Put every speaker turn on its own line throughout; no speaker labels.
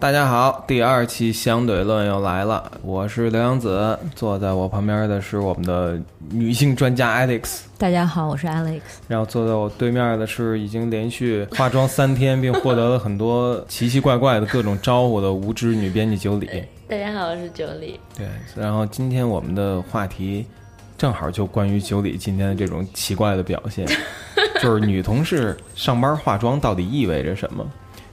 大家好，第二期相对论又来了，我是刘洋子，坐在我旁边的是我们的女性专家 Alex，
大家好，我是 Alex。
然后坐在我对面的是已经连续化妆三天并获得了很多奇奇怪怪的各种招呼的无知女编辑九里。
大家好，我是九里。
对，然后今天我们的话题正好就关于九里今天的这种奇怪的表现，就是女同事上班化妆到底意味着什么？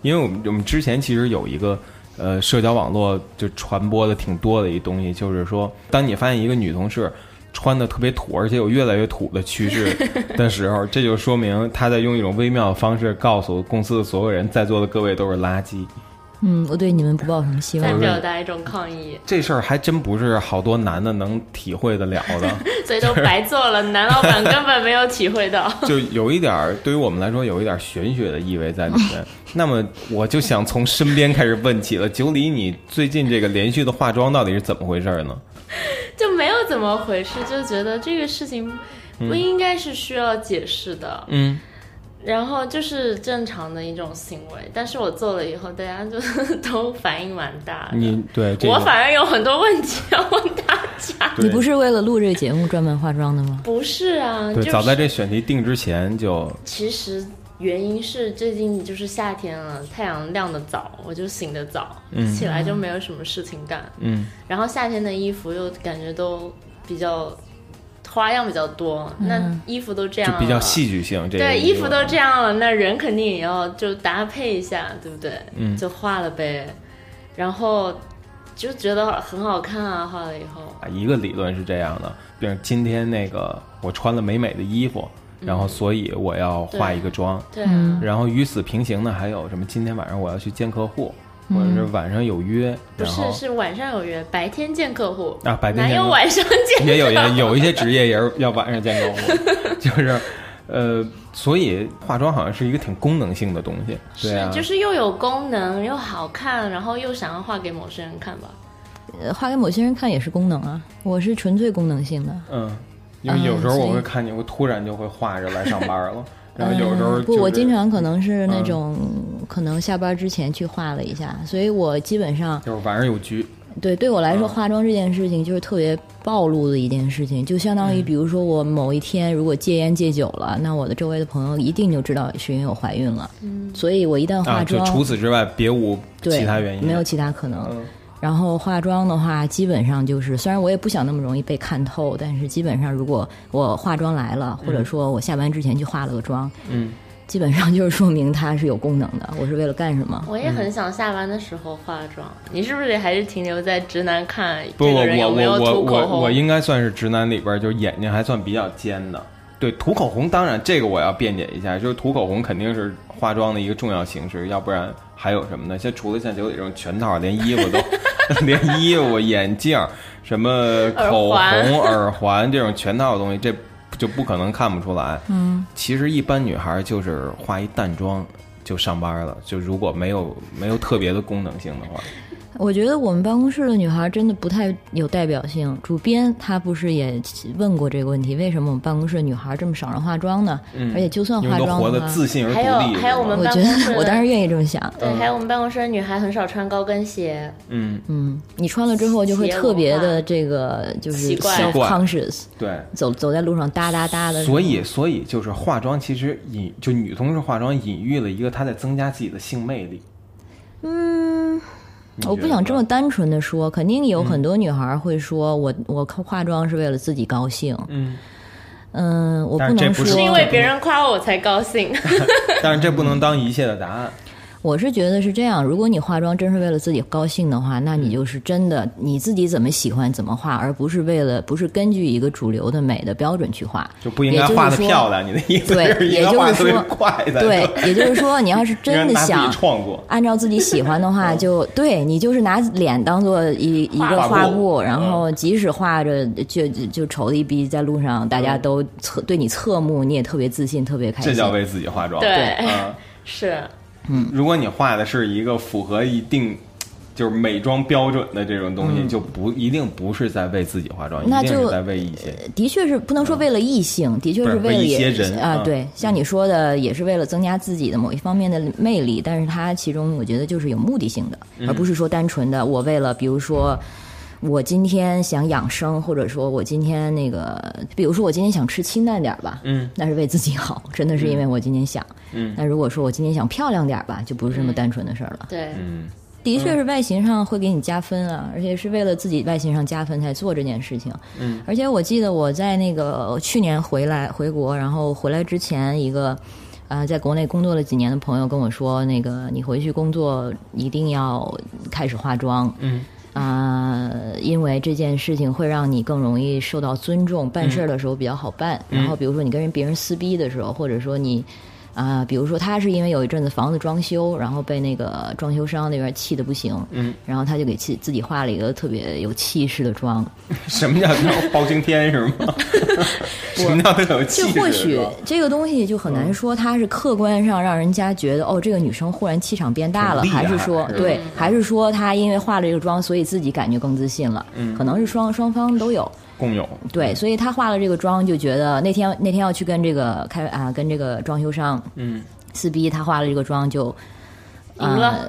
因为我们我们之前其实有一个呃社交网络就传播的挺多的一东西，就是说，当你发现一个女同事穿的特别土，而且有越来越土的趋势的时候，这就说明她在用一种微妙的方式告诉公司的所有人，在座的各位都是垃圾。
嗯，我对你们不抱什么希
在
望。
表达一种抗议，
这事儿还真不是好多男的能体会得了的。
所以都白做了。男老板根本没有体会到。
就有一点儿，对于我们来说有一点儿玄学的意味在里面。那么我就想从身边开始问起了，九里，你最近这个连续的化妆到底是怎么回事儿呢？
就没有怎么回事，就觉得这个事情不应该是需要解释的，
嗯，
然后就是正常的一种行为。但是我做了以后，大家就是 都反应蛮大的。
你对这个，
我反而有很多问题要问大家。
对
你不是为了录这个节目专门化妆的吗？
不是啊，
对
就，是
早在这选题定之前就
其实原因是最近就是夏天了，太阳亮的早，我就醒得早，起来就没有什么事情干。
嗯，
然后夏天的衣服又感觉都比较花样比较多，那衣服都这
就
样了，
比较戏剧性。这个
对，衣服都这
样，
样了，那人肯定也要就搭配一下，对不对？嗯，就化了呗，然后就觉得很好看啊，化了以后，
一个理论是这样的，比如今天那个我穿了美美的衣服，然后所以我要化一个妆。
嗯对啊，
然后与此平行的还有什么？今天晚上我要去见客户，或者是晚上有约，
嗯不
然
是
后
是晚上有约，白天见客户
啊白天
哪
见客
有
户
晚上见客户？
也有也有一些职业也是要晚上见客户，就是，呃，所以化妆好像是一个挺功能性的东西，对啊，
是，就是又有功能，又好看，然后又想要画给某些人看吧。
呃画给某些人看也是功能啊，我是纯粹功能性的。
嗯，因为
嗯
有时候我
所以
会看见，我突然就会化着来上班 了，然后有时候、
嗯
就是嗯
不，我经常可能是那种、可能下班之前去化了一下，所以我基本上
就是晚上有局，
对对我来说，
嗯
化妆这件事情就是特别暴露的一件事情，就相当于比如说我某一天如果戒烟戒酒了，那我的周围的朋友一定就知道是因为我怀孕了，所以我一旦
啊，
化
就
妆，
除此之外别无
对
其他原因，
没有其他可能。
嗯
然后化妆的话，基本上就是，虽然我也不想那么容易被看透，但是基本上如果我化妆来了，或者说我下班之前去化了个妆，
嗯，
基本上就是说明它是有功能的。我是为了干什么？
我也很想下班的时候化妆。你是不是还是停留在直男看
不，
这
我
个人有没有
我我
涂口
我我
红？
应该算是直男里边儿，就是眼睛还算比较尖的。对，涂口红当然这个我要辩解一下，就是涂口红肯定是化妆的一个重要形式，要不然还有什么呢？像除了像九里这种全套，连衣 服都，连衣服、眼镜、什么口红、
耳
耳环这种全套的东西，这就不可能看不出来。嗯，其实一般女孩儿就是化一淡妆就上班了，就如果没有没有特别的功能性的话，
我觉得我们办公室的女孩真的不太有代表性。主编她不是也问过这个问题，为什么我们办公室的女孩这么少人化妆呢？而且就算
嗯因为
化
都
妆
活
的
得
话，
自信而独
还
立。
有还有
是吧
我们
我觉
办公室
得
的
我当时愿意这么想。
对，还有我们办公室的女孩很少穿高跟鞋，
嗯，
嗯，你穿了之后就会
企业文
特别
化
的这个就是
奇怪
self
怪
conscious。
对。
走走在路上哒哒哒的，
所以，所以就是化妆，其实隐就女同事化妆隐喻了一个她在增加自己的性魅力。嗯，
我不想这么单纯的说，肯定有很多女孩会说我我化妆是为了自己高兴，
嗯，
嗯，我
但
不
是这
能
不
说
是
是因为别人夸我才高兴。
哦但是这不能当一切的答案。
我是觉得是这样，如果你化妆真是为了自己高兴的话，那
嗯
你就是真的你自己怎么喜欢怎么化，而不是为了不是根据一个主流的美的标准去化，
就不应该画的漂亮。你的意思
对
是应
也
该
就
画
是
的特别
说
快的，
对，也就是说你要 是
应该
真的
拿自己
想
创作。
按照自己喜欢 的
嗯
话，就对你就是拿脸当做一一个
画
画
布
布，然后即使画着就就就愁的一逼，在路上大家都侧对你侧目，你也特别自信，特别开
这
心。
叫为自己化妆。
对
啊
是，
如果你画的是一个符合一定，就是美妆标准的这种东
嗯
西，就不一定不是在为自己化妆，
那
一定
就是
在为一些
的确是不能说为了异性，的确
嗯不
是
是
了
为一
也
些人
啊
啊，
对，像你说的，也是为了增加自己的某一方面的魅力，但是它其中我觉得就是有目的性的，而
嗯
不是说单纯的我为了，比如说。我今天想养生，或者说我今天那个，比如说我今天想吃清淡点儿吧，
嗯，
那是为自己好，真的是因为我今天想，
嗯
那如果说我今天想漂亮点儿吧，就不是这么单纯的事儿了。
对，
嗯
的确是外形上会给你加分啊，而且是为了自己外形上加分才做这件事情。
嗯，
而且我记得我在那个去年回来回国，然后回来之前一个。啊、在国内工作了几年的朋友跟我说，那个你回去工作一定要开始化妆，
嗯
啊、因为这件事情会让你更容易受到尊重，
嗯
办事儿的时候比较好办。然后比如说你跟人别人撕逼的时候，或者说你啊、比如说他是因为有一阵子房子装修，然后被那个装修商那边气的不行，
嗯，
然后他就给气自己化了一个特别有气势的妆，
什么叫叫包青天 是吗？什么叫特有气
这
质？
或许
是吧
这个东西就很难说，它是客观上让人家觉得哦，这个女生忽然气场变大了，
很厉害
还是说
是吧
对，还是说她因为化了这个妆，所以自己感觉更自信了？嗯，可能是双双方都有。
共有
对，所以她化了这个妆，就觉得那天那天要去跟这个开啊，跟这个装修商
嗯
撕逼，她化了这个妆就
赢
啊
了，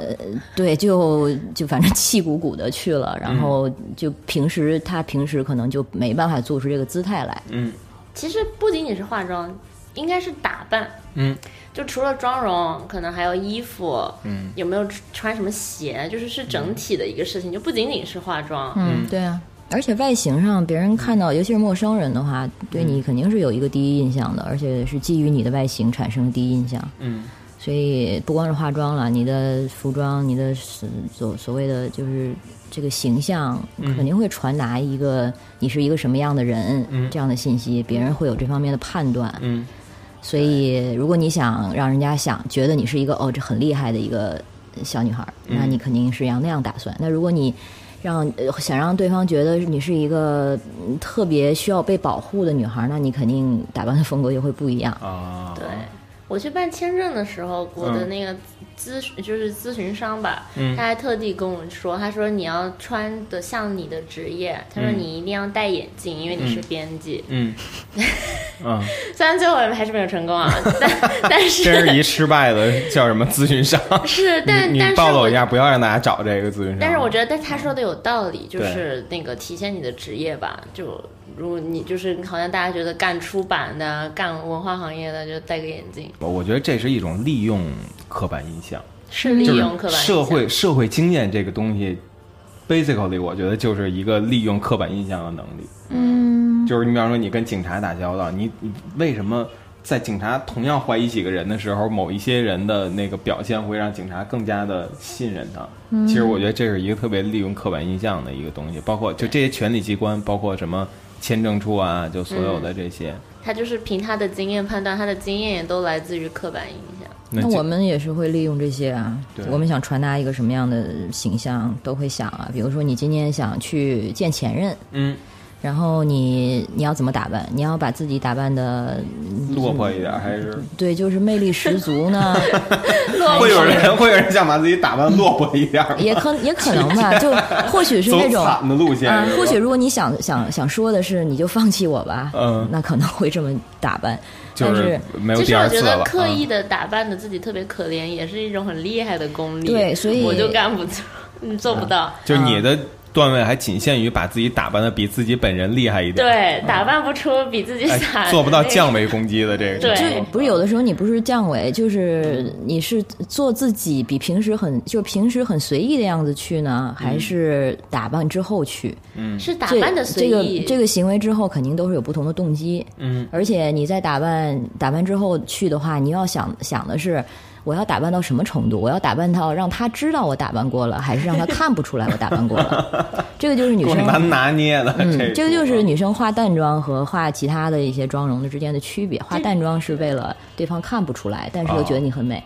对，就就反正气鼓鼓的去了，然后就平时她平时可能就没办法做出这个姿态来。
嗯
其实不仅仅是化妆，应该是打扮。
嗯，
就除了妆容，可能还有衣服，嗯，有没有穿什么鞋，就是是
嗯
整体的一个事情，就不仅仅是化妆。
嗯，对啊。而且外形上，别人看到，尤其是陌生人的话，对你肯定是有一个第一印象的，而且是基于你的外形产生的第一印象。
嗯
所以不光是化妆了，你的服装、你的所所所谓的就是这个形象，肯定会传达一个你是一个什么样的人、这样的信息，别人会有这方面的判断。
嗯
所以，如果你想让人家想觉得你是一个哦，这很厉害的一个小女孩儿，那
嗯
你肯定是要那样打算。那如果你让呃想让对方觉得你是一个嗯特别需要被保护的女孩儿，那你肯定打扮的风格就会不一样。
啊，
对，我去办签证的时候，我的那个咨询、就是咨询商吧，
嗯
他还特地跟我说，他说你要穿的像你的职业，他说
嗯
你一定要戴眼镜，因为你是编辑。
嗯嗯，
虽然最后还是没有成功啊， 但但
真是
是
一失败的叫什么咨询商？
是 但
你
但
你
是
暴露一啊下，
我。
不要让大家找这个咨询商。
但是我觉得，但他说的有道理，就是那个体现你的职业吧。就如果你就是好像大家觉得干出版的、干文化行业的，就戴个眼镜，
我我觉得这是一种利用刻板印象，
是利用刻
就
板
是
印象
社会社会经验这个东西，basically 我觉得就是一个利用刻板印象的能力。嗯，就是你比方说你跟警察打交道，你你为什么？在警察同样怀疑几个人的时候，某一些人的那个表现会让警察更加的信任他。其实我觉得这是一个特别利用刻板印象的一个东西，包括就这些权力机关，包括什么签证处啊，就所有
嗯
的这些。
他就是凭他的经验判断，他的经验也都来自于刻板印象。
那
这
我们也是会利用这些啊
对，
我们想传达一个什么样的形象，都会想啊。比如说，你今天想去见前任，
嗯，
然后你你要怎么打扮？你要把自己打扮的
落魄一点还是
对，就是魅力十足呢，
嗯
会有人 会有人想把自己打扮落魄一 点吗？
也可也可能 吧，就或许是
走
那种
惨的路线
嗯
啊
是吧，
或许如果你想想想说的是，你就放弃我吧，
嗯
那可能会这么打扮，
就
但
是没有
其
第
实我
二次
觉
了
得
啊。
刻意的打扮的自己特别可怜，也是一种很厉害的功力。
对所以
我就干不出，你做不到。
就是你的段位还仅限于把自己打扮的比自己本人厉害一点，
对，打扮不出比自己
嗯 哎
傻，
做不到降维攻击的这个。
对
就
哎
不是有的时候你不是降维，就是你是做自己比平时很就平时很随意的样子去呢，还
嗯
是打扮之后去？
是打
这
扮的随意。
这个这个行为之后肯定都是有不同的动机，
嗯，
而且你在打扮打扮之后去的话，你要想想的是。我要打扮到什么程度？我要打扮到让他知道我打扮过了，还是让他看不出来我打扮过了？这个就是女
够
生，
难拿捏的。
嗯，这个就是
你。
女生化淡妆和化其他的一些妆容的之间的区别。化淡妆是
哦
为了对方看不出来，但是又觉得你很美。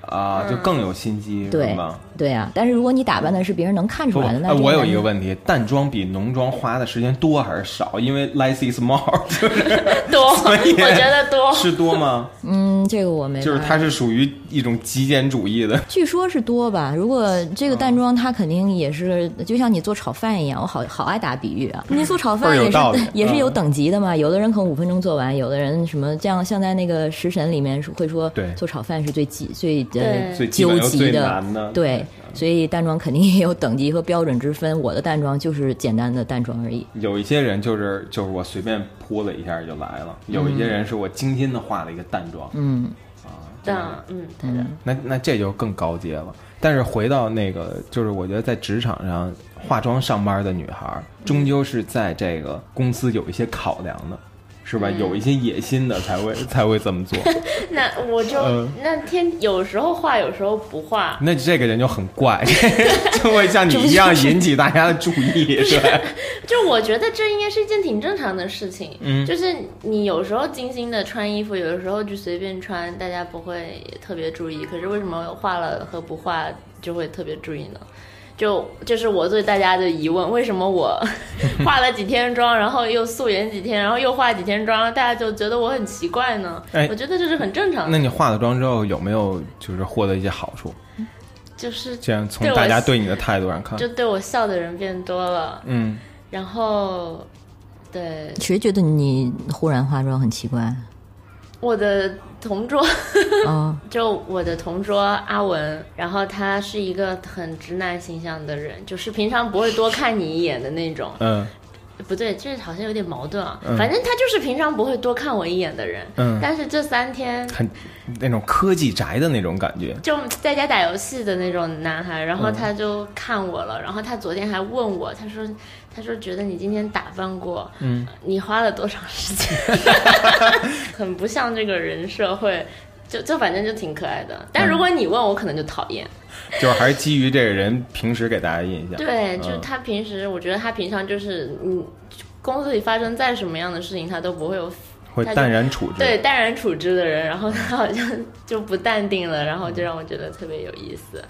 啊，就更有心机，
对
是吧？
对啊，但是如果你打扮的是别人能看出
不，
来的，那
哎
这
我有
男
一
的
个问题，淡妆比浓妆花的时间多还是少？因为 less is more，就是
多，
所以
我觉 得多。
是多吗？
嗯，这个我没
就是
法
它是属于一种极简主义 的，
据说是多吧。如果这个淡妆，它肯定也是，就像你做炒饭一样，我好好爱打比喻啊。你做炒
嗯
饭
倍儿有
也是
道理
也是有
嗯
等级的嘛，有的人可能五分钟做完，有的人什么这样，像在那个《食神》里面会说
对，
做炒饭是最基最
对
呃
最基本
究
又
极
最
的
难的。
对，所以淡妆肯定也有等级和标准之分。我的淡妆就是简单的淡妆而已。
有一些人就是就是我随便扑了一下就来了，
嗯
有一些人是我精心的化了一个淡妆
嗯，
啊，
对
这样，
嗯，对的，
那那这就更高阶了。但是回到那个，就是我觉得在职场上化妆上班的女孩儿，
嗯
终究是在这个公司有一些考量的，是
嗯
吧？有一些野心的才会 才会这么 做。
那我就、
嗯
那天有时候画，有时候不画，
那这个人就很怪， 就会像你一样引起大家的注意， 对，
就我觉得这应该是一件挺正常的事情。
嗯
就是你有时候精心的穿衣服，有的时候就随便穿，大家不会特别注意。可是为什么画了和不画就会特别注意呢？就就是我对大家的疑问，为什么我 化了几天妆，然后又素颜几天，然后又化几天妆，大家就觉得我很奇怪呢？
哎
我觉得这是很正常
那
的，
你化了妆之后有没有就是获得一些好处？
就是
这样从
对我
大家对你的态度上看，
就对我笑的人变多了，
嗯，
然后对
谁觉得你忽然化妆很 奇怪？
我的同桌。
哦。
就我的同桌阿文，然后他是一个很直男形象的人，就是平常不会多看你一眼的那种。
嗯
不对，这好像有点矛盾啊。
嗯
反正他就是平常不会多看我一眼的人。
嗯，
但是这三天
很那种科技宅的那种感 觉，
就在家打游戏的那种男孩，然
嗯
后他就看我了，然后他昨天还问我，他说他说觉得你今天打扮过，
嗯，
你花了多长 时间，很不像这个人设会。就就反正就挺可爱的，但如果你问我，可能就讨厌。
就是还是基于这个人平时给大家印象。
对，
嗯
就是他平时，我觉得他平常就是，嗯，工作里发生再什么样的事情，他都不会有
会
他就
淡然处之。
对淡然处之的人。然后他好像就不淡定了，然后就让我觉得特别有意思。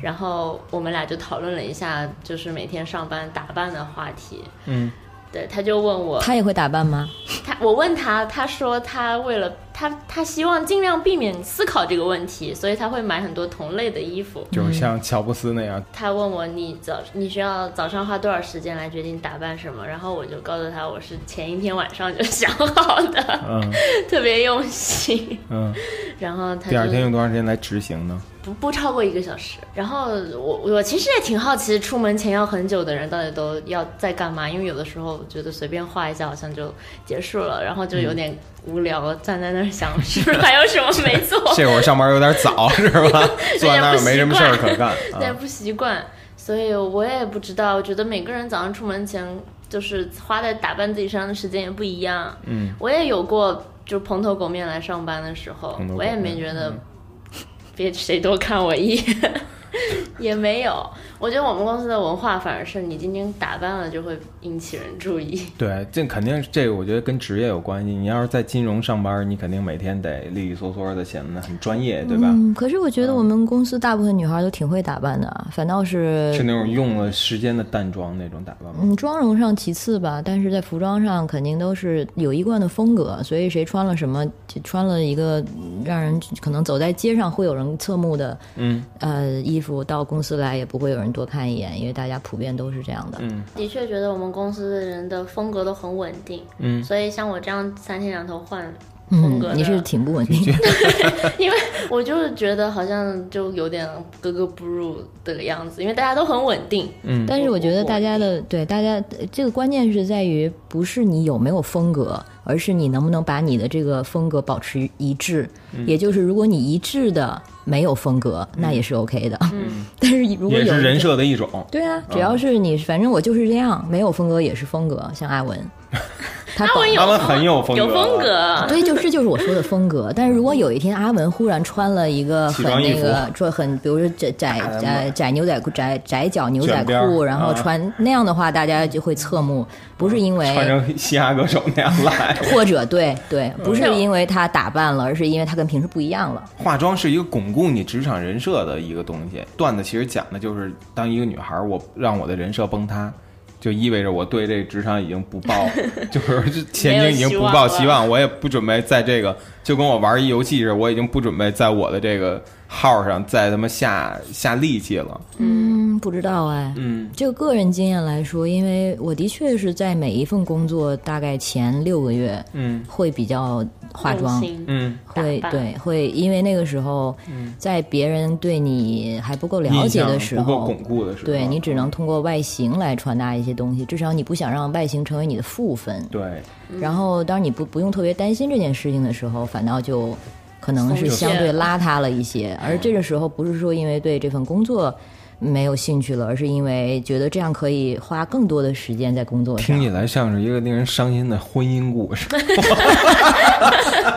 然后我们俩就讨论了一下，就是每天上班打扮的话题。
嗯，
对，他就问我，
他也会打扮吗？
他我问他，他说他为了他他希望尽量避免思考这个问题，所以他会买很多同类的衣服。
就是像乔布斯那样，
他问我你早你需要早上花多少时间来决定打扮什么，然后我就告诉他我是前一天晚上就想好的，
嗯
特别用心。
嗯，
然后他
第二天
就
用多长时间来执行 呢？
不不超过一个小时。然后我我其实也挺好奇，出门前要很久的人到底都要在干嘛？因为有的时候我觉得随便画一下好像就结束了，然后就有点无聊，站在那儿想 是不是还有什么没做，
这会儿上班有点早 是 吧？坐在那儿
有点不习惯
没什么事儿可干
有点
啊。
不习惯，所以我也不知道。我觉得每个人早上出门前，就是花在打扮自己身上的时间也不一样。
嗯，
我也有过就蓬头垢面来上班的时候
蓬头垢，面嗯
我也没觉得别谁多看我一眼， 也没有。我觉得我们公司的文化反而是你今天打扮了就会引起人注意。
对，这肯定是这个，我觉得跟职业有关系。你要是在金融上班，你肯定每天得利利索索的，显得很专业，对吧？
嗯，可是我觉得我们公司大部分女孩都挺会打扮的啊，反倒
是
是
那种用了时间的淡妆那种打扮吗？
嗯妆容上其次吧，但是在服装上肯定都是有一贯的风格，所以谁穿了什么，就穿了一个嗯让人可能走在街上会有人侧目的
嗯
呃衣服，到公司来也不会有人多看一眼，因为大家普遍都是这样的。
嗯
的确觉得我们公司的人的风格都很稳定，
嗯，
所以像我这样三天两头换
嗯
风格的，，
你是挺不稳定的。
因为我就是觉得好像就有点格格不入的样子，因为大家都很稳定。
嗯
但是我觉
我
得
我
大家的对大家呃这个关键是在于，不是你有没有风格，而是你能不能把你的这个风格保持一致。也就是，如果你一致的没有风格，那也是 OK 的。嗯， 但是如果
也
有
是
一
人
个。
设的一种。
对啊，只要是你，反正我就是这样，没有风格也是风格，像阿文。他
阿
保
文有
阿文很有风格
有风格，啊
对，就这就是我说的风格。但是如果有一天阿文忽然穿了一个
西
很
装异
那
服
个，说很，比如说窄窄
大的
窄窄牛仔裤、窄窄脚牛仔
卷边
裤，
儿
然后
啊
穿那样的话，大家就会侧目，不是因
穿
为。
成嘻哈歌手那样来。
或者对对，不是
嗯
因为他打扮了，而是因为他跟平时不一样了。
化妆是一个巩固你职场人设的一个东西。段子其实讲的就是，当一个女孩儿，我让我的人设崩塌，就意味着我对这职场已经不 抱，就是前景已经不抱希
没有希
望，我也不准备在这个，就跟我玩一游戏似的，我已经不准备在我的这个号上再他妈下下力气了。
嗯，不知道哎。
嗯，
就个人经验来说，因为我的确是在每一份工作大概前六个月
嗯
会比较化妆，
用心
嗯，
会
打扮嗯
对会，因为那个时候，在别人对你还不够
嗯
了解的时
印象不够
候
巩，固的时候，
对你只能通过外形来传达一些东西，至少你不想让外形成为你的负分。
对
嗯
然后，当你不不用特别担心这件事情的时候，反倒就可能是
松懈
相对
了
邋遢了一些。
嗯
而这个时候，不是说因为对这份工作没有兴趣了，而是因为觉得这样可以花更多的时间在工作
听
上。
起来像是一个令人伤心的婚姻故事。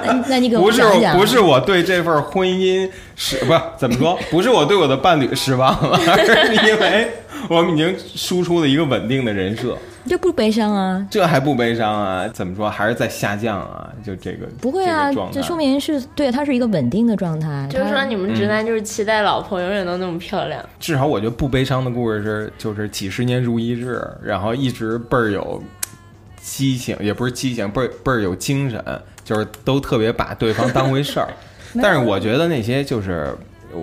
那那你给
不
我啊
是
讲讲，
不是我对这份婚姻失不是怎么说？不是我对我的伴侣失望了，而是因为我们已经输出了一个稳定的人设，
这不悲伤啊，
这还不悲伤啊？怎么说？还是在下降啊？就这个
不会啊
这个，状态
这说明是对，它是一个稳定的状态。
就是说
它
你们
嗯
直男就是期待老婆永远都那么漂亮，
至少我觉得不悲伤的故事是就是几十年如一日，然后一直倍儿有激情，也不是激情，倍儿倍儿有精神，就是都特别把对方当回事 儿。但是我觉得那些就是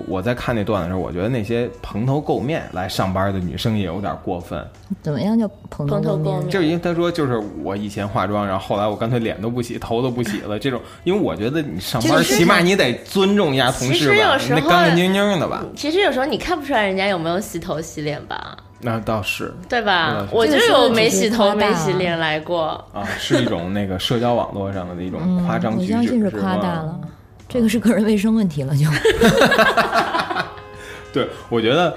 我在看那段的时候，我觉得那些蓬头垢面来上班的女生也有点过分，
怎么样叫蓬
蓬头
垢
垢面
就是因为她说就是我以前化妆，然后后来我干脆脸都不洗，头都不洗了这种，因为我觉得你上班
其实
起码你得尊重一下同事
其实
吧
有，时
你
候
得干干净净的吧，
其实有时候你看不出来人家有没有洗头洗脸吧，
那倒是。
对
对啊
吧
是？
我就
这个
有
是
没洗
只
头
是夸大
没洗脸来过，
啊，是一种那个社交网络上的一种
嗯
夸张
我
举止，
相信是
吧
夸大了。。这个是个人卫生问题 了，就
对，我觉得，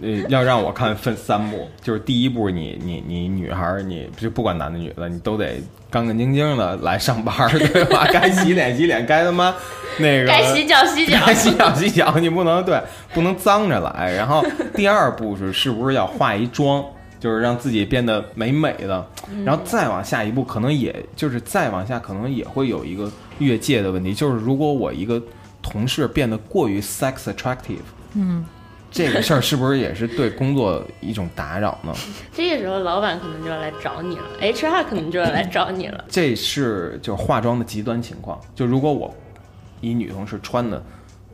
呃，要让我看分三步，就是第一步你，你你女孩儿，你就不管男的女的，你都得干干净净的来上班儿，对吧？该洗脸洗脸，该他妈那个
该洗脚 洗脚。
该洗脚洗脚，你不能对，不能脏着来。然后第二步是是不是要化一妆，就是让自己变得美美的。然后再往下一步，可能也就是再往下，可能也会有一个越界的问题，就是如果我一个同事变得过于 sex attractive，嗯，这个事儿是不是也是对工作一种打扰呢？
这个时候老板可能就要来找你了，HR 可能就要来找你了。
这是就是化妆的极端情况。就如果我一女同事穿的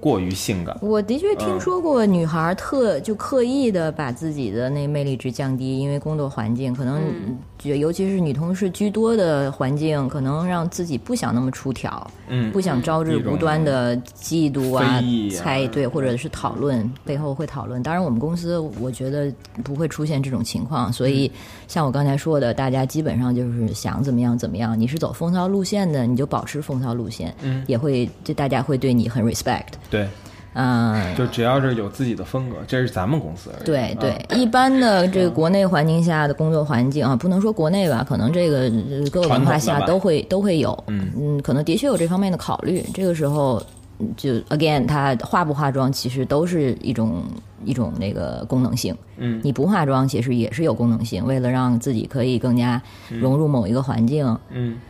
过于性感，
我的确
嗯
听说过女孩特就刻意的把自己的那魅力值降低，因为工作环境可能，
嗯
就尤其是女同事居多的环境，可能让自己不想那么出挑，
嗯
不想招致
一种
无端的嫉妒啊
非议、啊
猜对，或者是讨论背后会讨论。当然，我们公司我觉得不会出现这种情况，所
嗯
以像我刚才说的，大家基本上就是想怎么样怎么样。你是走风骚路线的，你就保持风骚路线，嗯，也会就大家会对你很 respect，
对，
嗯、
就只要是有自己的风格，这是咱们公司而已。
对对
啊，
一般的这个国内环境下的工作环境啊，不能说国内吧，可能这个呃各个文化
传统的
下
吧
都会都会有，嗯，可能的确有这方面的考虑。这个时候，嗯就 again，它化不化妆其实都是一种一种那个功能性。嗯，你不化妆其实也是有功能性，为了让自己可以更加融入某一个环境，
嗯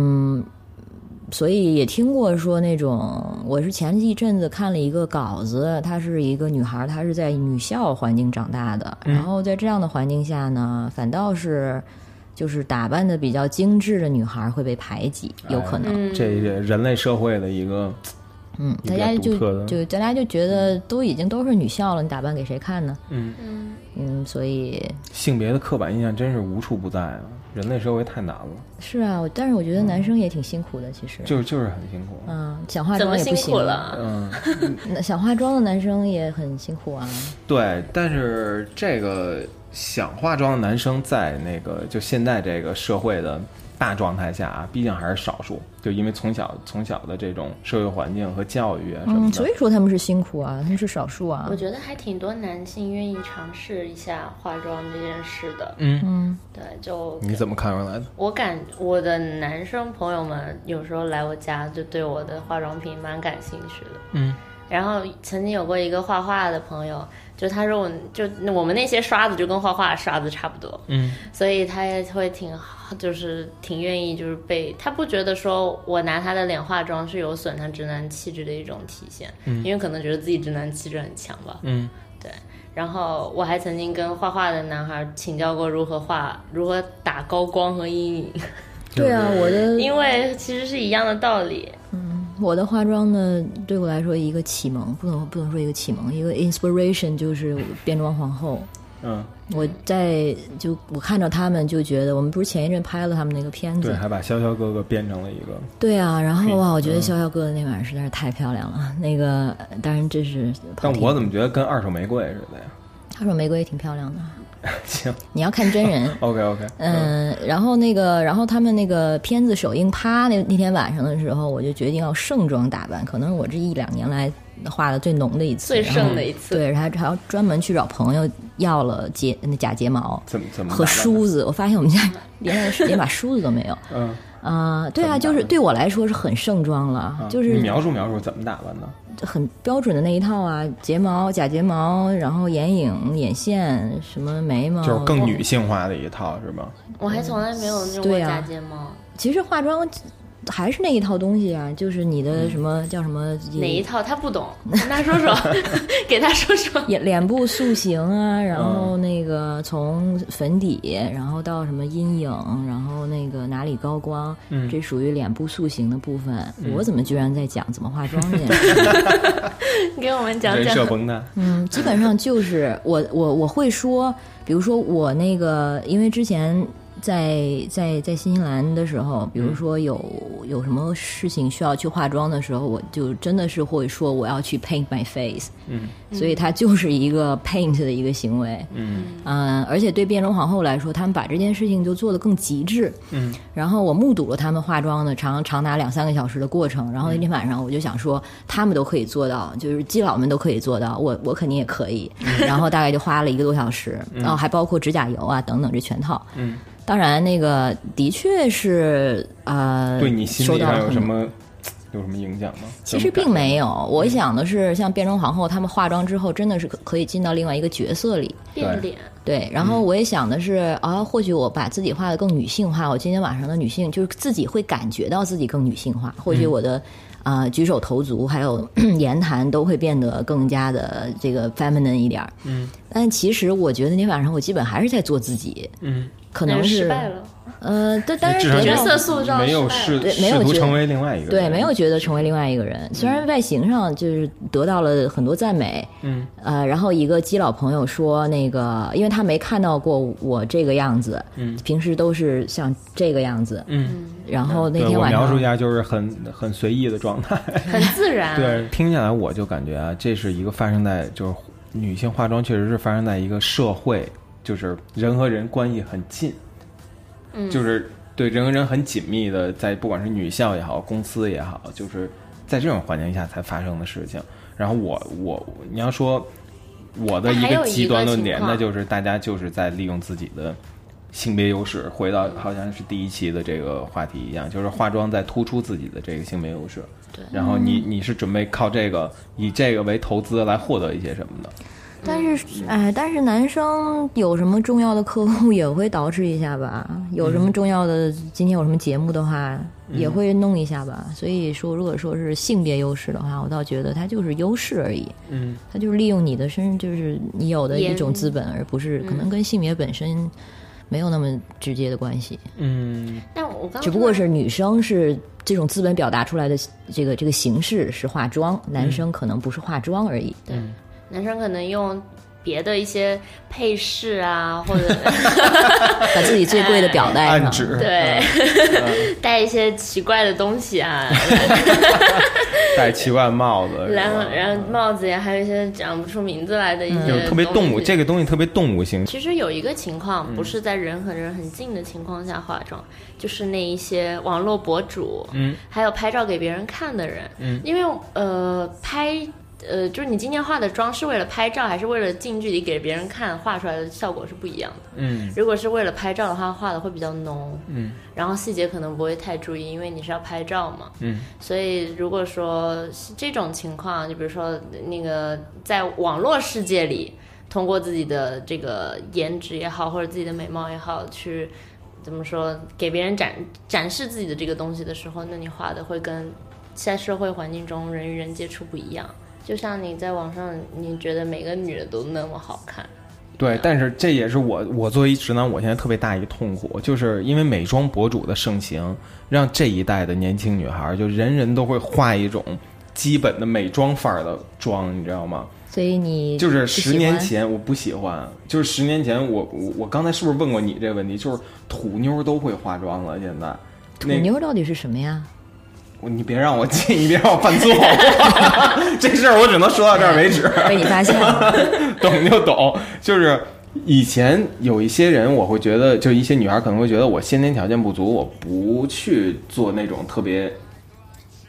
嗯所以也听过说那种，我是前一阵子看了一个稿子，她是一个女孩，她是在女校环境长大的，
嗯
然后在这样的环境下呢，反倒是就是打扮的比较精致的女孩会被排挤，
哎
有可能。
这也人类社会的一个，
嗯，
一
大
个
家
独
就
特的
就大家就觉得都已经都是女校了，你打扮给谁看呢？
嗯，
嗯，所以
性别的刻板印象真是无处不在啊！人类社会太难了，
是啊，我但是我觉得男生也挺辛苦的，其实。
就是就是很辛苦。啊
嗯，想化
怎
妆
么
也不
辛
行
苦，了？啊
嗯，
那想化妆的男生也很辛苦啊。
对，但是这个想化妆的男生在那个就现在这个社会的大状态下啊，毕竟还是少数，就因为从小从小的这种社会环境和教育啊什么
嗯，
的
所，以说他们是辛苦啊，他们是少数啊
我。觉得还挺多男性愿意尝试一下化妆这件事的。
嗯
嗯，
对，就
你怎么看出来的？
我感我的男生朋友们有时候来我家，就对我的化妆品蛮感兴趣的。
嗯，
然后曾经有过一个画画的朋友，就他说我就我们那些刷子就跟画画的刷子差不多，
嗯，
所以他也会挺好，就是挺愿意就是被他不觉得说我拿他的脸化妆是有损他直男气质的一种体现，嗯、因为可能觉得自己直男气质很强吧。
嗯，
对。然后我还曾经跟画画的男孩请教过如何画、如何打高光和阴 影，
对啊，我的
因为其实是一样的道理。
嗯我的化妆呢，对我来说一个启蒙，不能不能说一个启蒙，一个 inspiration 就是变装皇后。
嗯，
我在就我看着他们就觉得，我们不是前一阵拍了他们那个片子
对，，还把潇潇哥哥变成了一个，
对啊，然后哇，
嗯
我觉得逍遥哥的那晚上实在是太漂亮了。那个当然这是跑
但
题，
我怎么觉得跟二手玫瑰似的呀？
他说玫瑰也挺漂亮的，
行。
你要看真人
，OK OK，，
嗯，然后那个，然后他们那个片子首映趴那那天晚上的时候，我就决定要盛装打扮，可能是我这一两年来化的最浓的一次，
最
然
盛
后
的一次
对，然后还要专门去找朋友要了睫那假睫毛
怎么怎
嗯
么
和
打扮的
梳？子，我发现我 们家连连把梳子都没有。
嗯，
啊、
怎
对
么打
啊，就是
扮
对我来说是很盛装了，
啊
就是
你描述描述怎么打扮的？
很标准的那一套啊，睫毛、假睫毛，然后眼影、眼线，什么眉毛，
就是更女性化的一套是吧？
我还从来没有用过
对啊
假睫毛，
其实化妆还是那一套东西啊，就是你的什么、叫什么
嗯哪一套他不懂，跟他说说， 给他说说。
眼脸部塑形
嗯
啊，然后那个从粉底，然后到什么阴影，然后那个哪里高光，
嗯
这属于脸部塑形的部分。我怎么居然在讲怎么化妆呢？
给我们讲
人
讲
设崩塌。
嗯，基本上就是我我我会说，比如说我那个，因为之前在在在新西兰的时候，比如说有有什么事情需要去化妆的时候，我就真的是会说我要去 paint my face，
嗯
所以它就是一个 paint 的一个行为。
嗯
嗯，而且对变装皇后来说，他们把这件事情就做得更极致。
嗯，
然后我目睹了他们化妆的长长达两三个小时的过程，然后那天晚上我就想说，他们都可以做到，就是基佬们都可以做到，我我肯定也可以。
嗯
然后大概就花了一个多小时，然后还包括指甲油啊等等这全套。
嗯，
当然那个的确是呃，
对你心
收
理
到
上
了
有
很
什
多
么有什么影响吗？
其实并没有，我想的是，像变装皇后，她们化妆之后，真的是可可以进到另外一个角色里。
变脸，
对，然后
嗯
我也想的是，啊，或许我把自己画的更女性化，我今天晚上的女性就是自己会感觉到自己更女性化，或许
嗯
我的。啊、举手投足还有 言谈都会变得更加的这个 feminine 一点儿。嗯，但其实我觉得那天晚上我基本还是在做自己，
嗯，
可
那
能
就是哎失败了。
呃，但当然
至少
得
角
到
色塑造
没有试
失
败了对没
试
有
图
觉得
成为另外一个人，
对，没有觉得成为另外一个人。虽
嗯
然外形上就是得到了很多赞美，
嗯，
呃，然后一个基佬朋友说，那个因为他没看到过我这个样子，嗯，平时都是像这个样子，
嗯。
然后那
对
天
我
晚
描述一
上，
下，就是很很随意的状态。
很自然。
对，听下来我就感觉啊，这是一个发生在就是女性化妆，确实是发生在一个社会，就是人和人关系很近，
嗯
就是对人和人很紧密的，在不管是女校也好，公司也好，就是在这种环境下才发生的事情。然后我我你要说我的
但
一
还有
个
一个
极端论点，
情况
那就是大家就是在利用自己的性别优势，回到好像是第一期的这个话题一样，就是化妆在突出自己的这个性别优势。
对
然后你你是准备靠这个以这个为投资来获得一些什么的？
但是，
嗯
哎，但是男生有什么重要的客户也会捯饬一下吧，有
嗯
什么重要的，今天有什么节目的话，也会弄一下吧。所以说，如果说是性别优势的话，我倒觉得它就是优势而已。
嗯，
他就是利用你的身，就是你有的一种资本，而不是可能跟性别本身没有那么直接的关系，
嗯，
但我刚刚
只不过是女生是这种资本表达出来的这个这个形式是化妆，
嗯
男生可能不是化妆而已。
对男生可能用别的一些配饰 啊，或者
把自己最贵的表带
暗
上，
指嗯
对带一些奇怪的东西啊，
戴奇怪的帽子，是吧
然后然后帽子呀，还有一些讲不出名字来的一些
就是嗯特别动物，
东西
这个东嗯西特别动物性。
其实有一个情况，不是在人和人很近的情况下化妆，就是那一些网络博主，
嗯，
还有拍照给别人看的人，
嗯，
因为呃拍。呃，就是你今天化的妆是为了拍照，还是为了近距离给别人看，画出来的效果是不一样的。
嗯
如果是为了拍照的话，画的会比较浓，
嗯
然后细节可能不会太注意，因为你是要拍照嘛。
嗯
所以如果说是这种情况，就比如说那个在网络世界里，通过自己的这个颜值也好，或者自己的美貌也好，去怎么说给别人展展示自己的这个东西的时候，那你画的会跟在社会环境中人与人接触不一样。就像你在网上，你觉得每个女的都那么好看，
对，
啊
但是这也是我我作为直男，我现在特别大一个痛苦，就是因为美妆博主的盛行，让这一代的年轻女孩儿就人人都会画一种基本的美妆范儿的妆，你知道吗？
所以你
就是
不
十
喜
年
欢
前我不喜欢，就是十年前我我我刚才是不是问过你这个问题？就是土妞都会化妆了，现在
土
那
妞到底是什么呀？
我你别让我进，你别让我犯错， 这事儿我只能说到这儿为止。
被你发现了，
懂就懂，就是以前有一些人，我会觉得，就一些女孩可能会觉得我先天条件不足，我不去做那种特别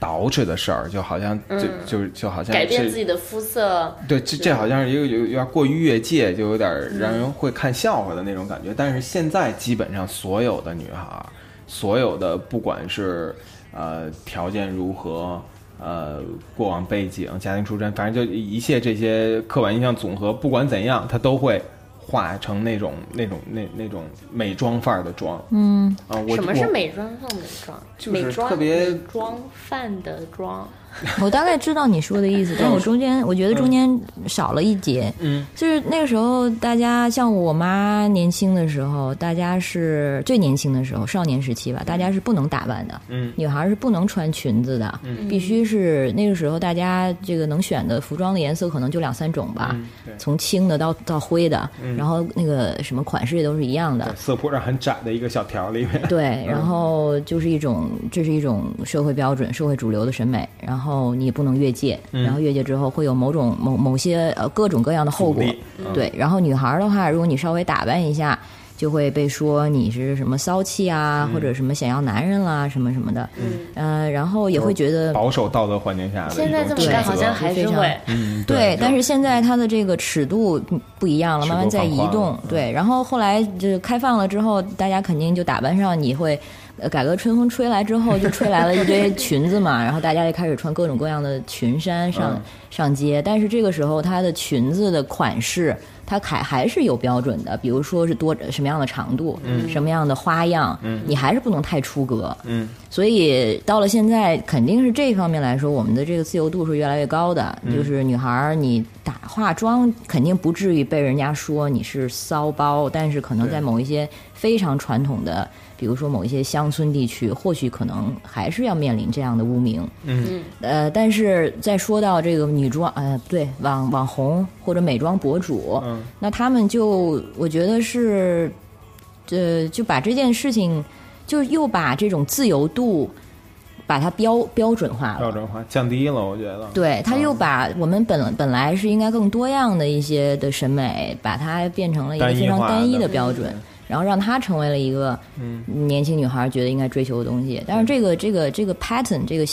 捯饬的事儿，就好像就、就就好像
改变
是
自己的肤色，
对，这这好像是一个有有点过于越界，就有点让
嗯
人会看笑话的那种感觉。但是现在基本上所有的女孩儿，所有的不管是呃条件如何，呃过往背景、家庭出身，反正就一切这些刻板印象总和，不管怎样，她都会化成那种那种那那种美妆范儿的妆。
嗯，
啊，我
什么是
我
美妆上美妆？
就是
美妆
特别
美妆范的妆。
我大概知道你说的意思，但我中间我觉得中间少了一节，
嗯
就是那个时候大家像我妈年轻的时候，大家是最年轻的时候，少年时期吧，大家是不能打扮的，
嗯
女孩是不能穿裙子的，
嗯
必须是那个时候大家这个能选的服装的颜色可能就两三种吧，
嗯，对，
从青的到到灰的，
嗯
然后那个什么款式也都是一样的
在，色谱上很窄的一个小条里面。
对，然后就是一种，这是一种社会标准、社会主流的审美，然后你也不能越界，
嗯
然后越界之后会有某种某某些呃各种各样的 后
阻
果
力嗯。
对，然后女孩儿的话，如果你稍微打扮一下，就会被说你是什么骚气啊，
嗯
或者什么想要男人啦、什么什么的。
嗯，
呃，然后也会觉得
保守道德环境下的一种
现在这么
选
干
择
好像还是
对
会，
嗯，
对，但是现在它的这个尺度不一样了，
尺
慢慢
度
在
放
移
宽了
动
嗯。
对，然后后来就是开放了之后，大家肯定就打扮上，你会。呃，改革春风吹来之后，就吹来了一 堆裙子嘛，然后大家就开始穿各种各样的裙衫上、
嗯
上街。但是这个时候，它的裙子的款式，它还还是有标准的，比如说是多什么样的长度，什么样的花样，你还是不能太出格。
嗯
所以到了现在，肯定是这方面来说，我们的这个自由度是越来越高的。就是女孩儿，你打化妆肯定不至于被人家说你是骚包，但是可能
对
在某一些非常传统的，比如说某一些乡村地区，或许可能还是要面临这样的污名。
嗯
呃，但是再说到这个女装，呃，对，网网红或者美妆博主，
嗯
那他们就我觉得是，呃，就把这件事情，就是又把这种自由度，把它标标准化
标
了。
准化降低了，我觉得。
对，他又把我们本本来是应该更多样的一些的审美，把它变成了一个
单一
非常
化
单一
的
的标准，然后让它成为了一个
嗯
年轻女孩觉得应该追求的东西。但是这个这个这个 pattern 这个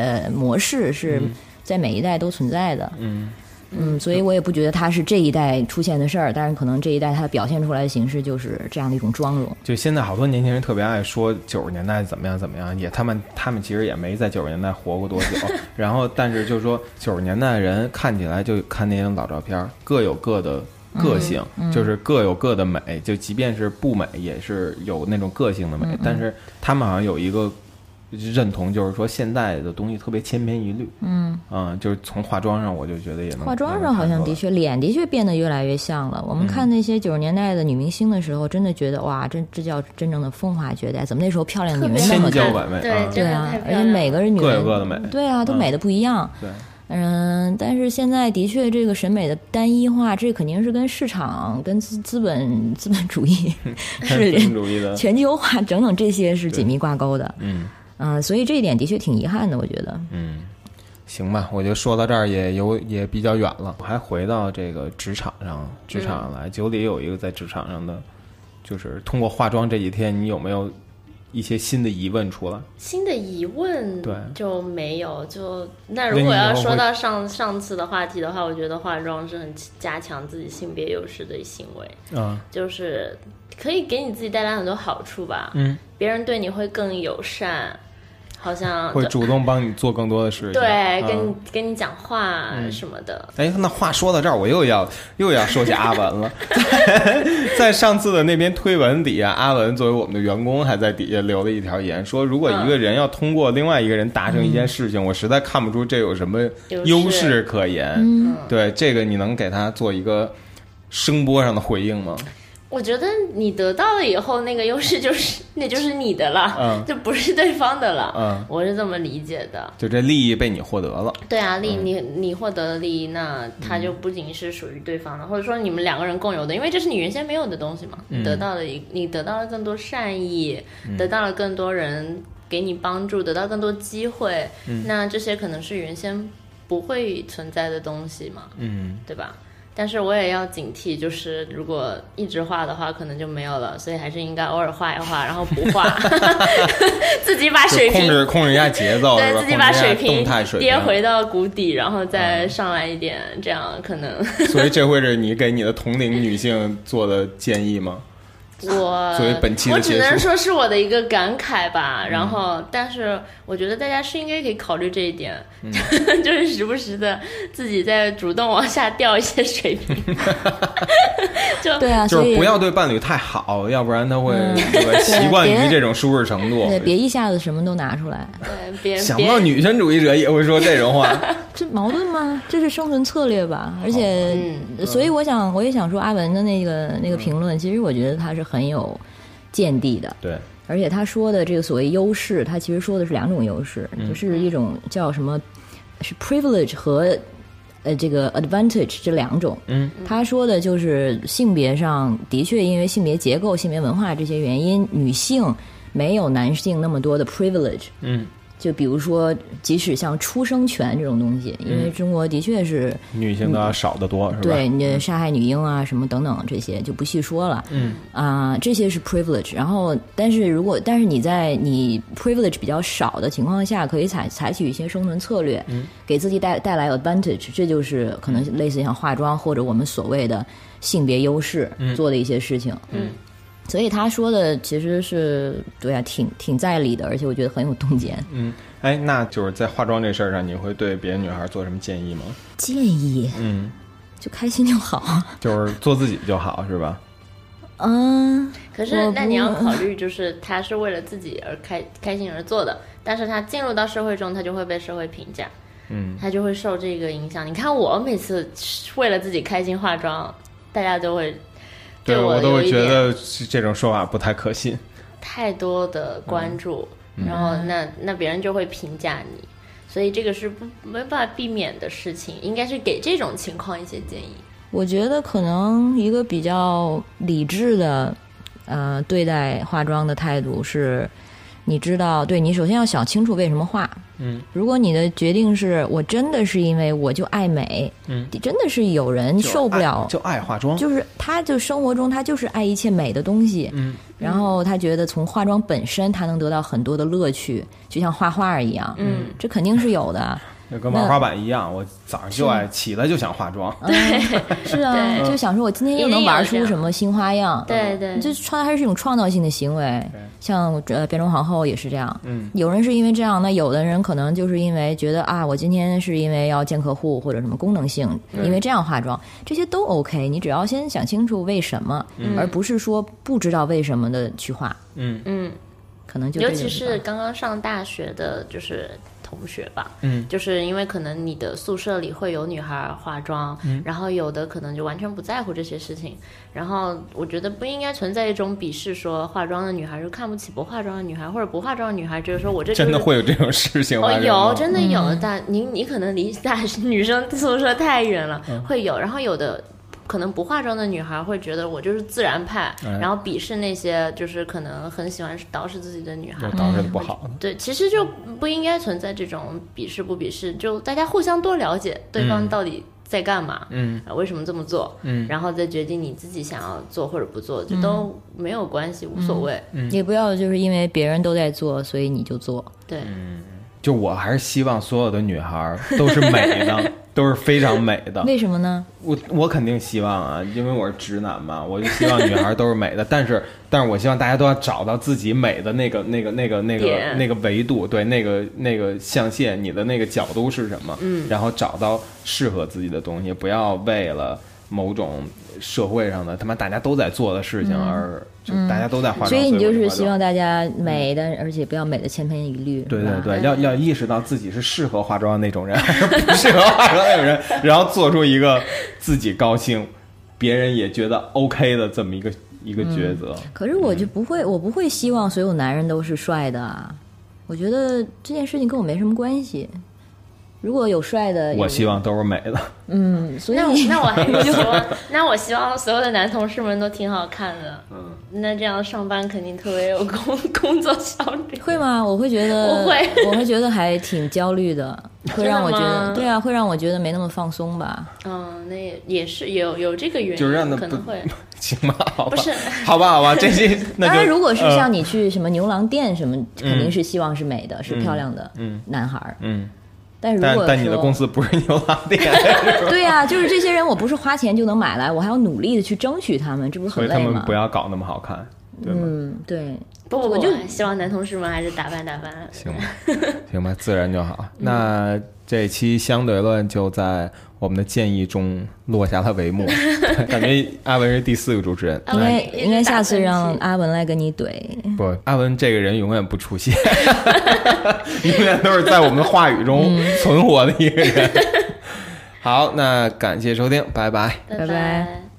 呃模式是在每一代都存在的。
嗯，
嗯，所以我也不觉得它是这一代出现的事儿，但是可能这一代它表现出来的形式就是这样的一种妆容。
就现在好多年轻人特别爱说九十年代怎么样怎么样，也他们他们其实也没在九十年代活过 多久，然后但是就是说九十年代的人看起来就看那些老照片儿，各有各的。个性、
嗯
就是各有各的美，就即便是不美，也是有那种个性的
嗯
美。但是他们好像有一个认同，就是说现在的东西特别千篇一律。
嗯，
嗯，就是从化妆上，我就觉得也能
化妆
能
上好
看
像
出
的
来
确脸的确变得越来越像了。我们看那些九十年代的女明星的时候，真的觉得哇，真这叫真正的风华绝代。怎么那时候漂亮的女
嗯
人
特别
那
好
么
千娇
多？
百媚
对
啊，
对
真的
啊
太，漂
而且
亮了
每个人女
各
人
有各的美
对啊，都
嗯
美的不一样。
对。
嗯，但是现在的确，这个审美的单一化，这肯定是跟市场、跟资资本、资本主义
资
是
本主义的，
全球化等等这些是紧密挂钩的。
嗯
嗯、所以这一点的确挺遗憾的，我觉得。
嗯，行吧，我就说到这儿也有也比较远了，我还回到这个职场上，职场
嗯
上来，九里有一个在职场上的，就是通过化妆这几天，你有没有一些新的疑问出来？
新的疑问
对
就没有，就那
那你
如果
以
要
后
说
会
到上上次的话题的话，我觉得化妆是很加强自己性别优势的行为，
啊，
就是可以给你自己带来很多好处吧。
嗯，
别人对你会更友善，好像
会主动帮你做更多的事情。
对
嗯
跟你跟你讲话什么的，
哎，那话说到这儿，我又要又要说起阿文了。 在在上次的那篇推文底下，阿文作为我们的员工，还在底下留了一条言，说如果一
嗯
个人要通过另外一个人达成一件事情，我实在看不出这有什么优
优
势
势
可言。
嗯
对这个，你能给他做一个声波上的回应吗？
我觉得你得到了以后，那个优势就是那就是你的了，
嗯
就不是对方的了。
嗯
我是这么理解的。
就这利益被你获得了，
对啊，利
嗯
你你获得的利益，那它就不仅是属于对
嗯
方的，或者说你们两个人共有的，因为这是你原先没有的东西嘛。你得到了一，你得到了更多善意，
嗯
得到了更多人给你帮助，得到更多机会，
嗯
那这些可能是原先不会存在的东西嘛。
嗯，
对吧？但是我也要警惕，就是如果一直画的话，可能就没有了，所以还是应该偶尔画一画，然后不 画， 自己把
就
水
控
平
制控制一下节奏，哦是吧？
对自
控
己
制
把
一下
水平
动态水嗯
跌
平。
回到谷底，然后再上来一点，这样可能
所以这会是你给你的同龄女性做的建议吗？
我
作为本期的
我只
结束嗯
能说是我的一个感慨吧。 然后，但是我觉得大家是应该可以考虑这一点，
嗯
就是时不时的自己再主动往下掉一些水平，就
对啊，
就
所以
是不要对伴侣太好，要不然他会
嗯
对吧习惯
别
于这种舒适程度。
对，别一下子什么都拿出来，
对别
想不
别
到女权主义者也会说这种话。
这矛盾吗？这是生存策略吧？而
哦
且，所以我想，我也想说，阿文的那个那个评论，其实我觉得他是很有见地的。
对，
而且他说的这个所谓优势，他其实说的是两种优势，
嗯
就是一种叫什么是 privilege 和呃这个 advantage 这两种。
嗯，
他说的就是性别上的确因为性别结构、性别文化这些原因，女性没有男性那么多的 privilege。
嗯，
就比如说，即使像出生权这种东西，因为中国的确是。
女性都要少得嗯多，是吧？嗯
对，你杀害女婴啊，什么等等这些就不细说了。嗯啊、这些是 privilege。然后，但是如果但是你在你 privilege 比较少的情况下，可以采采取一些生存策略，给自己带带来 advantage。这就是可能类似像化妆或者我们所谓的性别优势做的一些事情。嗯。所以他说的其实是对啊，挺挺在理的，而且我觉得很有洞见。
嗯，哎，那就是在化妆这事儿上，你会对别的女孩做什么建议吗？
建议
嗯，
就开心就好。
就是做自己就好，是吧？
嗯，
可
我
是，那
不
你要考虑，就是他是为了自己而开开心而做的，但是他进入到社会中，他就会被社会评价，
嗯，
他就会受这个影响。你看我每次为了自己开心化妆，大家都会
对
我
我都
有
会
一
觉
点
得这种说法不太可信。
太多的关注，
嗯
然后
嗯
那那别人就会评价你，所以这个是不没办法避免的事情，应该是给这种情况一些建议。
我觉得可能一个比较理智的，呃，对待化妆的态度是，你知道，对你首先要想清楚为什么化。
嗯，
如果你的决定是我真的是因为我就爱美，
嗯，
真的是有人受不了，
就爱化妆，
就是他就生活中他就是爱一切美的东西，
嗯，
然后他觉得从化妆本身他能得到很多的乐趣，就像画画一样，嗯，这肯定是 有的。嗯
就跟玩滑板一样，我早上就爱起来就想化妆。
是啊，
对
就想说我今天又
一定
能
有
玩
这
出
样
什么新花样。
对对，
这穿还是一种创造性的行为
嗯对，
像呃变装皇后也是这样。
嗯，
有人是因为这样，那有的人可能就是因为觉得啊，我今天是因为要见客户或者什么功能性，因为这样化妆，这些都 OK。你只要先想清楚为什么，而不是说不知道为什么的去化，
嗯
嗯。
可能就
尤
这
其
个
是刚刚上大学的，就是同学吧，
嗯，
就是因为可能你的宿舍里会有女孩儿化妆，嗯然后有的可能就完全不在乎这些事情，然后我觉得不应该存在一种鄙视，说化妆的女孩就看不起不化妆的女孩，或者不化妆的女孩觉得说我这、就是、
真的会有这种事情
哦
发，生吗
有嗯真的嗯有，但你你可能离大学女生宿舍太远了，会有。然后有的可能不化妆的女孩会觉得我就是自然派，
哎
然后鄙视那些就是可能很喜欢捯饬自己的女孩
就。捯饬的不好的。
对，其实就不应该存在这种鄙视不鄙视，就大家互相多了解对方
嗯
到底在干嘛，
嗯
啊为什么这么做，
嗯
然后再决定你自己想要做或者不做，
嗯
这都没有关系，无所
嗯
谓。
也不要就是因为别人都在做，所以你就做。
对，
嗯就我还是希望所有的女孩儿都是美 的，都是非常美的。
为什么呢？
我我肯定希望啊，因为我是直男嘛，我就希望女孩都是美的， 但是但是我希望大家都要找到自己美的那个那个那个那个
点
那个维度，对，那个那个象限，你的那个角度是什么？嗯，然后找到适合自己的东西，不要为了某种社会上的他妈大家都在做的事情而、就大家都在化妆，
嗯所以你
我
就是
化
希
妆嗯
望大家美，但而且不要美的千篇一律。
对
是吧哎
对对，要要意识到自己是适合化妆的那种人， 还是不适合化妆的那种人，然后做出一个自己高兴，别人也觉得 OK 的这么一个一个抉择。
可是我就
嗯
不会，我不会希望所有男人都是帅的啊。我觉得这件事情跟我没什么关系。如果有帅的，
我
有
希望都是美的，
嗯，所以
那我那我还是希 望，那我希望所有的男同事们都挺好看的。
嗯，
那这样上班肯定特别有工 工作效率。
会吗？我会觉得，
我会
我会觉得还挺焦虑的， 会
真的
让我觉
吗
得，对啊，会让我觉得没那么放松吧。
嗯，那也也是有有这个原因，
就是让他
可能
不
会
行吧？好吧
不是，
好吧，好吧，这些那
当
就
然，如果是
呃
像你去什么牛郎店什么，肯定是希望是美的，是漂亮的
嗯
男孩儿。
嗯，
但如
但
果
但你的
说
公司不是牛郎 店，是吧
对呀、就是这些人，我不是花钱就能买来，我还要努力的去争取他们，这不是
所以
很
他
累
们
吗
不？要搞那么好看，对吗？
嗯，对，
不不不，
我就
希望男同事们还是打扮打扮。
行吧，行吧，自然就
嗯
好。那这期相对论就在我们的建议中落下了 帷幕，感觉阿文是第四个主持人。
阿
应
文
那
该
一直
应该下次
打喷嚏
让阿文来跟你怼。
不，阿文这个人永远不出现， 永远都是在我们的话语中存活的一个人。好，那感谢收听，拜拜。
拜
拜
拜